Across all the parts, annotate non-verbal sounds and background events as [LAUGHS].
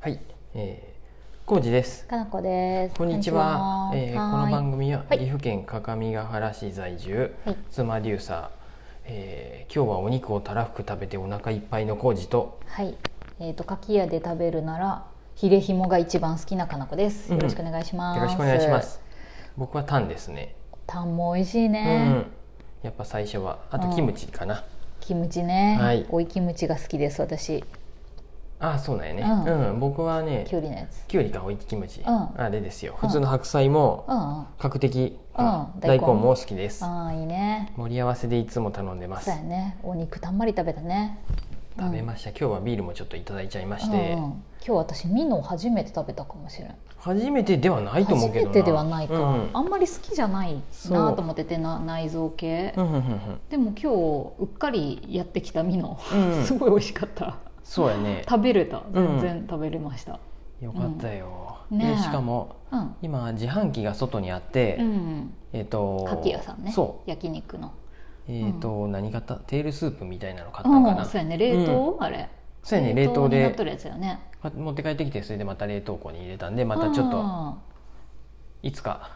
はい、えー、浩二です。かなこです。こんにちは。こんにえちーはこの番組ははい岐阜県各務原市在住、はい妻デューサー、えー今日はお肉をたらふく食べてお腹いっぱいの浩二と、はい。えっ、と、かき屋で食べるなら、ひれひもが一番好きなかなこです。うんよろしくお願いします。よろしくお願いしま。す。僕はタンですね。タンも美味しいうんうねん。、やっぱ最初は、あとうんキムチかな。キムチね。はいおいキムチが好きです。私。ああ、そうなんやね。う、うん僕はねきゅ、うりのやつ。きゅうりかおいキムチ、んあれですよ。う普ん通の白菜も、うんうん。あ角的、うん大大根根も好きです。あ、いいね。盛り合わせでいつも頼んでますそう。やね。お肉たんまり食べたね。食べしました、今日はビールもちょっといただいちゃいまして、うんうん、今日私ミノを初めて食べたかもしれない。初めてではないと思初うけどめなてではないか、うんうんあんまり好きじゃないそうなと思っててな内臓系、うんうんうんでも今日うっかりやってきたミノ、うん [LAUGHS] すごい美味しかったそうやね食べれたうん全然食べれましたよかったよ、うんねでえしかもうん、今自販機が外にあって、うん、えっ、とかき屋さんねそ焼肉のうえっ、と、何買ったテールスープみたいなの買ったのかうな、んそうやね冷凍、あれそうやね冷凍になっでとるやつよね買持って帰ってきてそれでまた冷凍庫に入れたんでまたちょっとといつか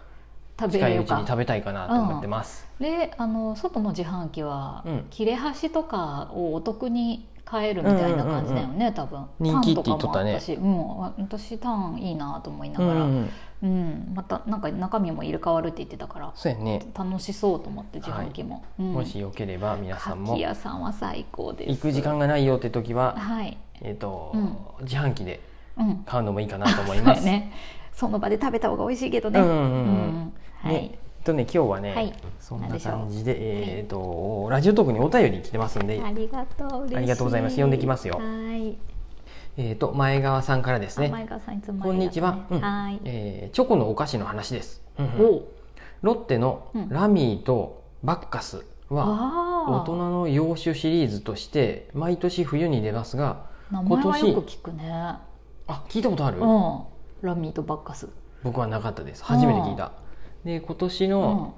食近べいよううちにか食べたいかなと思ってます、であの外の自販機は、うん切れ端とかをお得に買えるみたいな感じだよね、うん多分人気ってタ言ンっととっかたもねあったし、うん、私タンいいなと思いなうんがら、ううんんうんまたなんか中身も入れ替わるって言ってたからそうやね、楽しそうと思って自販機も、うんもしよければ皆さんかもき屋さんは最高です行く時間がないよって時ははい、えっとうん自販機でうん、買うのもいいかなと思います。そうや [LAUGHS] ねその場で食べた方が美味しいけどうね、んうんうんうんはい、ねえっとね今日はね、はいそんなんなでしょう感じでえっと、ラジオトークにお便り来てますんで、ありがとう嬉しいありがとうございます呼んできますよはいえっと前川さんからですあね。前川さんいつもあこんにりがちとうねは。うんはい、えーチョコのお菓子の話です。うんうんおロッテのうんラミーとバッカスは大あ人の洋酒シリーズとして毎年冬に出ますが、あ名前今は年よく聞くねあ聞いたことある？うんラミーとバッカス僕はなかったです。初めて聞いた。で今年うのん、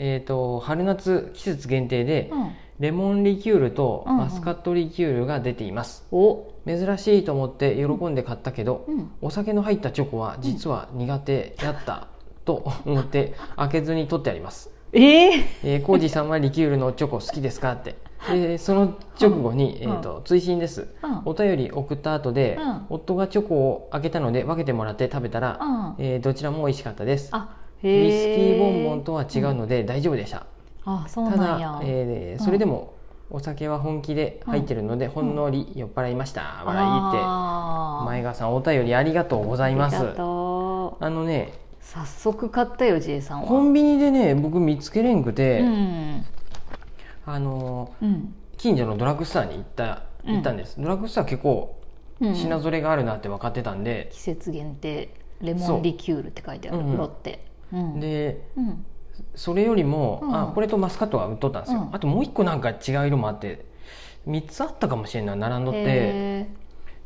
えー、と春夏季節限定でうん、レモンリキュールとうんうんマスカットリキュールが出ています、お珍しいと思って喜んで買ったけど、うんお酒の入ったチョコは実は苦手だったと思って開けずに取ってありますえええー、コージさんはリキュールのチョコ好きですかってでその直後に、えうんー、と追伸ですうんお便り送った後で、うん夫がチョコを開けたので分けてもらって食べたら、あえーどちらも美味しかったですへウえイスキーボンボンとは違うので大丈夫でした、あそうたなんだや、、えーうんそれでもお酒は本気で入ってるので、ほんのり酔っ払いました、笑いってあ前川さんお便りありがとうございあまりすがとうあのね早速買ったよ J さんはコンビニでね僕見つけれんくて、うんあのうんー近所のドラッグストアに行ったうん行ったんです、ドラッグストア結構うん品ぞれがあるなって分かってたんで、季節限定レモンリキュールって書いてある、そううんロッテ、うん、でうん、それよりも、うんあこれとマスカットは売っとったんですよ、うんあともう一個なんか違う色もあって3つあったかもしれんない並んどって。へー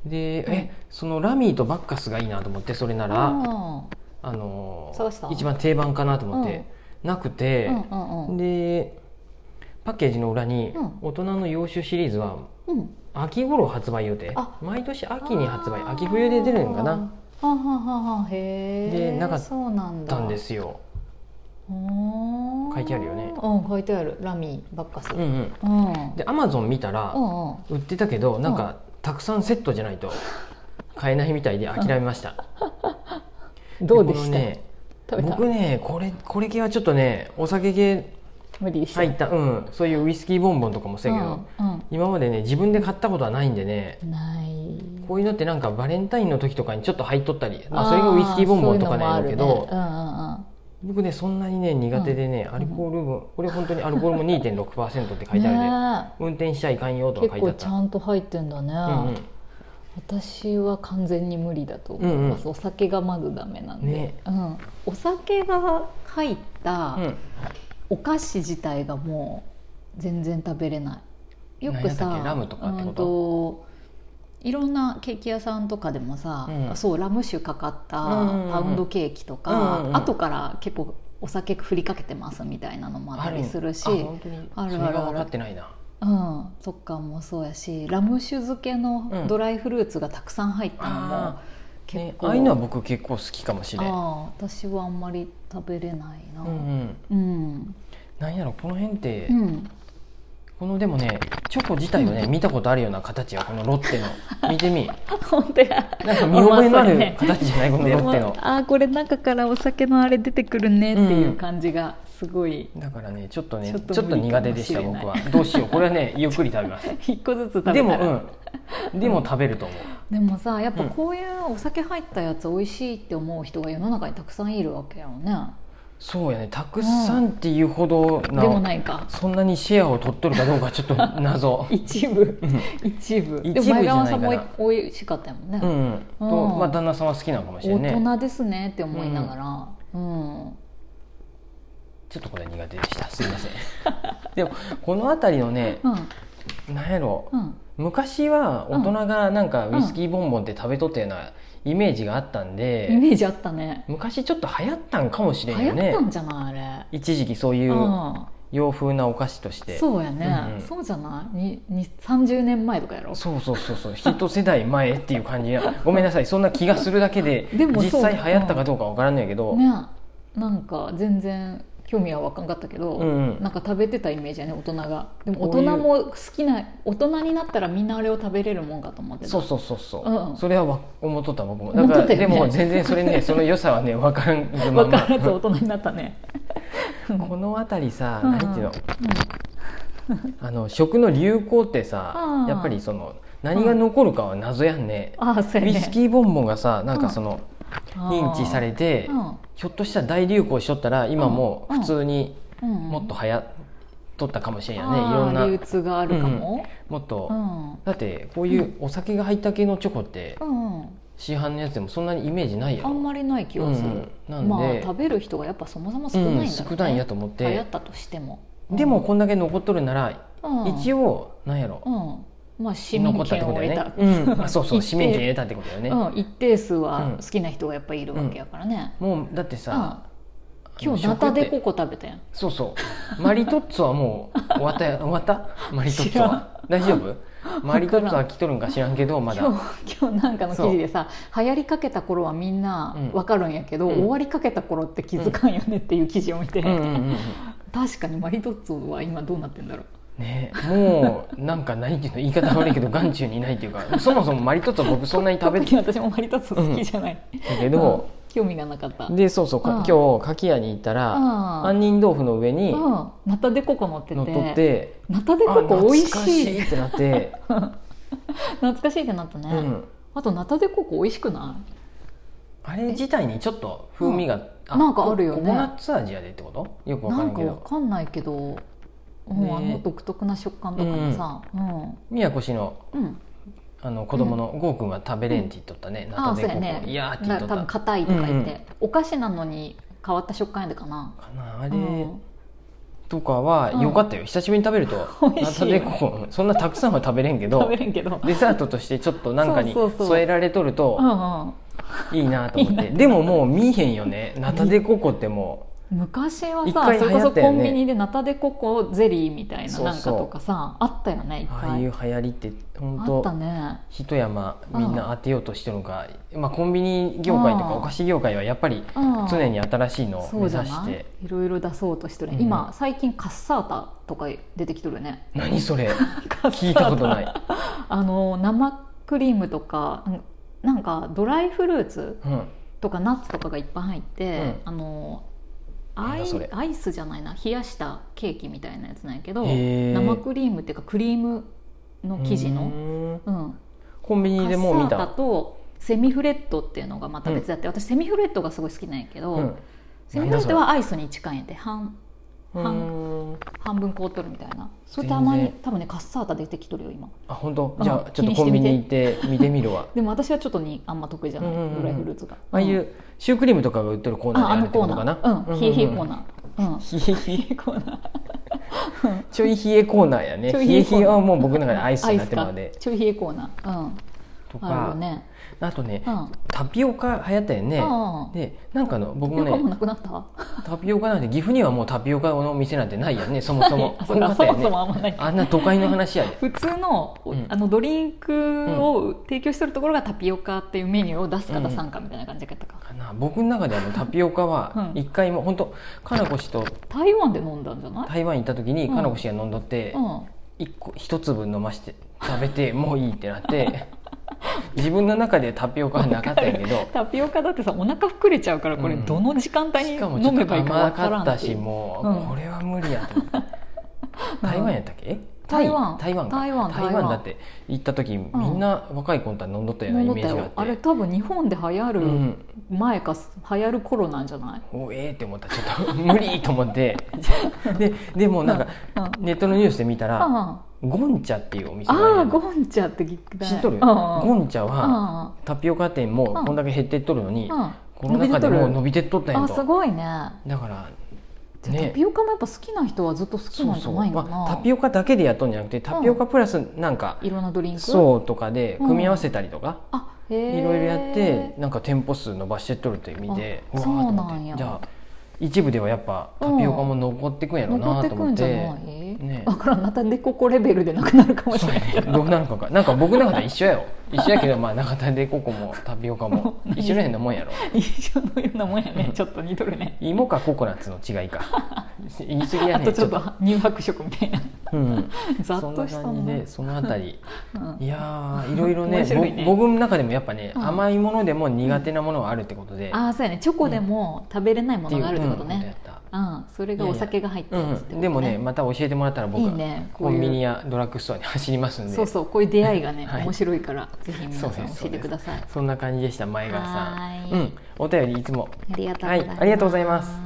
で、うんえそのラミーとバッカスがいいなと思ってそれなら、うんあのー探した一番定番かなと思って、なくてう、んうんうんでパッケージの裏に、うん大人の洋酒シリーズはうん秋頃発売予定あ毎年秋に発売秋冬で出るんかなあーはんはんはんはんへえでなかったそうなんただんですよ、うーん書いてあるよねうん書いてあるラミーばっかすううんんううんん、でアマゾン見たうらんうん売ってたけどなんか、たくさんセットじゃないと買えないみたいで諦めました、どうでしこた、のね食べた僕ねこれこれ系はちょっとねお酒系無理して入った、うん、そういうウイスキーボンボンとかもそうやけど、うん今までね自分で買ったことはないんでねうんないこういうのってなんかバレンタインの時とかにちょっと入っとったり、まあ、それがウイスキーボンボンとかなんやろうけそうどいうのもあるねうんうんうん僕ねそんなにね苦手でね、アルコール分これ本当にアルコールも2.6%って書いてあるで、 [LAUGHS] 運転しちゃいかんよとねえは書結いてあ構った。ちゃんと入ってんだね、うんうん私は完全に無理だと思います、お酒がまずダメなんで、ねうん、お酒が入ったうんお菓子自体がもう全然食べれないよく何やったっさけラムとかってこうんといろんなケーキ屋さんとかでもさ、うんそうラム酒かかったうんうんうんパウンドケーキとうか、んうん後から結構お酒振りかけてますみたいなのもあったりするしあ本当にあるあるそれが分かってないなうん、とかもそうやしラム酒漬けのドライフルーツがたくさん入ったのも、あ結ね構、ああいうのは僕結構好きかもしれん、うんああ私はあんまり食べれないなううんん、うん、なんやろこの辺って、うん、このでもねチョコ自体はね、う見たことあるような形やこのロッテの見て [LAUGHS] み本当やなんか見覚えのあまあそうるね形じゃないこのロッテのああこれ中からお酒のあれ出てくるねっていう感じがすごい、だからねちょっとねちちょょっっとと苦手でした無理か僕もはどうしようこれは [LAUGHS] ねゆっくり食べます一個ずつ食べたらでもうんでも食べると思う、でもさやっぱうんこういうお酒入ったやつ美味しいって思う人が世の中にたくさんいるわけやろねそうやねたくさんっていうほどでな、もないかそんなにシェアを取っとるかどうかちょっと [LAUGHS] 謎一部うん一部一部でも前じゃな川いさかんなもおい美味しかったもんね、うん、とうんまあ旦那さんは好きなのかもしれんね大人ですねって思いながらうん、ちょっとこれ苦手でしたすい [LAUGHS] ませんでもこの辺りのねうんなんやろうん昔は大人がなんかウイスキーボンボンって食べとったようなイメージがあったんで、イメージあったね昔ちょっと流行ったんかもし流れんよ行っねたんじゃないあ一時期そういれ、うう洋風なお菓子としてん、そうやね、うんうんそうじゃないにに30年前とかやろそうそうそうそう一世代前っていう感じや [LAUGHS] ごめんなさいそんな気がするだけででもそう実際流行ったかどうかわからんのやけど、ねなんか全然興味は分かんかったけど、うんうんなんか食べてたイメージやね大人がでもこう大いう人も好きな大人になったらみんなあれを食べれるもんかと思ってたそうそうそうそう、うんうんそれはわ思っとった僕も思だっかとらったよねでも全然それ [LAUGHS] ねその良さはね分からんま分 [LAUGHS] まからず大人になったねこの辺りさうんうん何ていうのあの食の流行ってさうんやっぱりその何が残るかは謎やんね、ああそうウやイねスキーボンボンがさなんかその認知さてれて、ひょっとしたら大流行しとったら今も普通にももっと流行っとったかもしれんやね、いろあんあな流通があるかも、もっと、うんうんだってこういうお酒が入った系のチョコってうん市販のやつでもそんなにイメージないやあろんまりない気がする、うんうんなんまあで食べる人がやっぱそもそも少うないんだろうんね、少ないんやと思っ流行てったとしても、でもこんだけ残っとるならうん、一応なんやろうん、まあ市民残ったって権こをと得だたよねうんあそうそう [LAUGHS] 一定市民権得たってことだよねうん、一定数うんは好きな人がやっぱりいるわけやからね、もうだってうんさ今日あのナタデ食っコてコ食べたやんそうそうマリトッツォはもう終わった [LAUGHS] よ終わったマリトッツォは大丈夫マリトッツォは来とるんか知らんけどまだ今日今日なんかの記事でさ流行りかけた頃はみんなうんわかるんやけど、うん終わりかけた頃って気づかんよねっていう記事を見て、うんうんうんうん確かにマリトッツォは今どうなってんだろうねもうなんかないっていうの言い方悪いけど眼中にないっていう [LAUGHS] かそもそもマリトッツォ僕そんなに食べて特に私もマリトッツォ好きじゃない、たけど、うん興味がなかったでそうそう、かうん今日かき屋に行ったら、うん杏仁豆腐の上うにん、ナタデココ乗っててのっとって、ナタデあココ美味懐かしいしいってなって、懐かしいってなったね、 [LAUGHS] うん、あとナタデココ美味しくなあれ自体にちょっと風味が、なんかあるよねココナッツ味やでってことよくいわかならんんかけわどかんないけど、うんねあの独特な食感とかもさ、うん宮古市のうんあの子供の郷、くん、君は食べれんって言っとったね、あナあタそデうコやコ、ねいやーって言だっかとらっ多た分硬いとか言って、うんうお菓子なのに変わった食感やでかなかなああれ、とかはうん良かったよ久しぶりに食べると美ナ味しいタデココうんそんなたくさんは食べれんけ食どべれんけどデザートとしてちょっとなんかにそうそうそう添えられとるとうんうんいいなと思っいてでももう見えへんよねナタデココっても昔は一さ、回そ流れ行こったよねそコンビニでナタデココゼリーみたいなそうそうなんかとかさあったようね一ああ回いう流行りって本あった当ね一山みんな当てようとしてるのか、まあ、コンビニ業界とかうんお菓子業界はやっぱりうん常に新しいのを目そう指じゃなしいていろいろ出そうとしてる、うん今最近カッサータとか出てきとるね何それカッサータ [LAUGHS] 聞いたこと [LAUGHS] ない、あの生クリームとかうんなんかドライフルーツうん、とかナッツとかがいっぱい入って、あのアなんだイそれアイスじゃないな冷やしたケーキみたいなやつなんやけどへー生クリームっていうかクリームの生地の、のうん、コンビカニでもうッ見サーた、タとセミフレットっていうのがまた別だって、私セミフレットがすごい好きなんやけど、うん、セミフレットはアイスに近いんやて半うん半分凍っとるみたいなそれ全然たまに多分ねカッサータ出てきとるよ今あ本当うんじゃあちょっとコンビニ行って [LAUGHS] 見てみるわでも私はちょっとにあんま得意じゃなうい、んうんうんドライフルーツがああいんうシュークリームとかが売ってるコーナーあにああるのってコこーとかナなーうん冷え冷えコーーナーうん冷え冷え冷えコーナちょい冷えコーナーやねちょ冷い冷ええコーナー冷えはもう僕の中でーアイスになってるのでアイスかちょい冷えコーナーうんとあるよかねあとねうんタピオカ流行ったよねああでなんかあの僕旅も行もね [LAUGHS] なくなったタピオカなんて岐阜にはもうタピオカの店なんてない [LAUGHS] やんねそもそもそ本ら当そだよもねそもあんまないあんな都会の話やで普通の,、うんあのドリンクを提供してるところがタピオカっていうメニューを出すか出さんかみたいな感じだったか、かな僕の中ではもうタピオカはうん一回も本当かなこ氏と台湾で飲んだんじゃない、台湾行った時にうんかなこ氏が飲んどってう一個一粒飲まして食べてもういいってなって [LAUGHS] 自分の中でタピオカはなかったんやけど [LAUGHS] ん、タピオカだってさお腹膨れちゃうからこれうんどの時間帯にしかもちょ飲っめとばいいかわ甘かからっんたっていしうもうんうこれは無理や [LAUGHS] と思ってうん台湾やったっけタイ台湾台湾か台湾台湾だって行った時みんな若い子とは飲んどったようなイ飲んメだージよがあってあれ多分日本で流行うるん前か流行る頃なんじゃない、おええって思ったちょっと [LAUGHS] 無理と思ってででもなんかうんうんネットのニュースで見たらあゴンチャっていうお店がああーるのゴンチャって聞くね知っとるうんゴンチャうはんタピオカ店もこんだけ減ってっとるのにうんこの中でもう伸伸びびてっとったてんるやあすとごいねだからじゃあタピオカもやっぱ好きな人はずっと好きそなうんじそゃう、ないかなまあ、タピオカだけでやっとんじゃなくてタピオカプラスなんか、いろんなドリンクそうとかでうん組み合わせたりとか、あへえいろいろやってなんか店舗数伸ばしてっとるという意味であうわーと思ってそうなんやじゃあ一部ではやっぱタピオカも残ってくんやろう残っなてとく思っんじゃてな、い、ねわからんまたデココレベルでなくなるかもしそうれやないけねどどうなるかかなんか僕の中では一緒やよ一緒やけどまあ中田でここもタピオカ [LAUGHS] も一緒のようなもんやろ一緒のようなもんやねうんちょっと似とるね芋かココナッツの違い [LAUGHS] か言い過ぎやあねとちょっちょとっ乳白色みたいな [LAUGHS] とうんざっとしたそんな感じでそのあた [LAUGHS] りうんいやーいろいろね面白いねぼ僕の中でもやっぱね、うん甘いものでも苦手なものがあるってことで、ああそうやねチョコでも食べれないものがあるってことうんことやねったうん、それがお酒が入ったやつってこと、うんでもねまた教えてもらったら僕いはいねこコういうンビニやドラッグストアに走りますんでそうそうこういう出会いがね、はい面白いからぜひ皆さんそう教ですえてくださいそんな感じでした前川さはん、ーいうん、お便りいつもありがとうござはいいます、ありがとうございます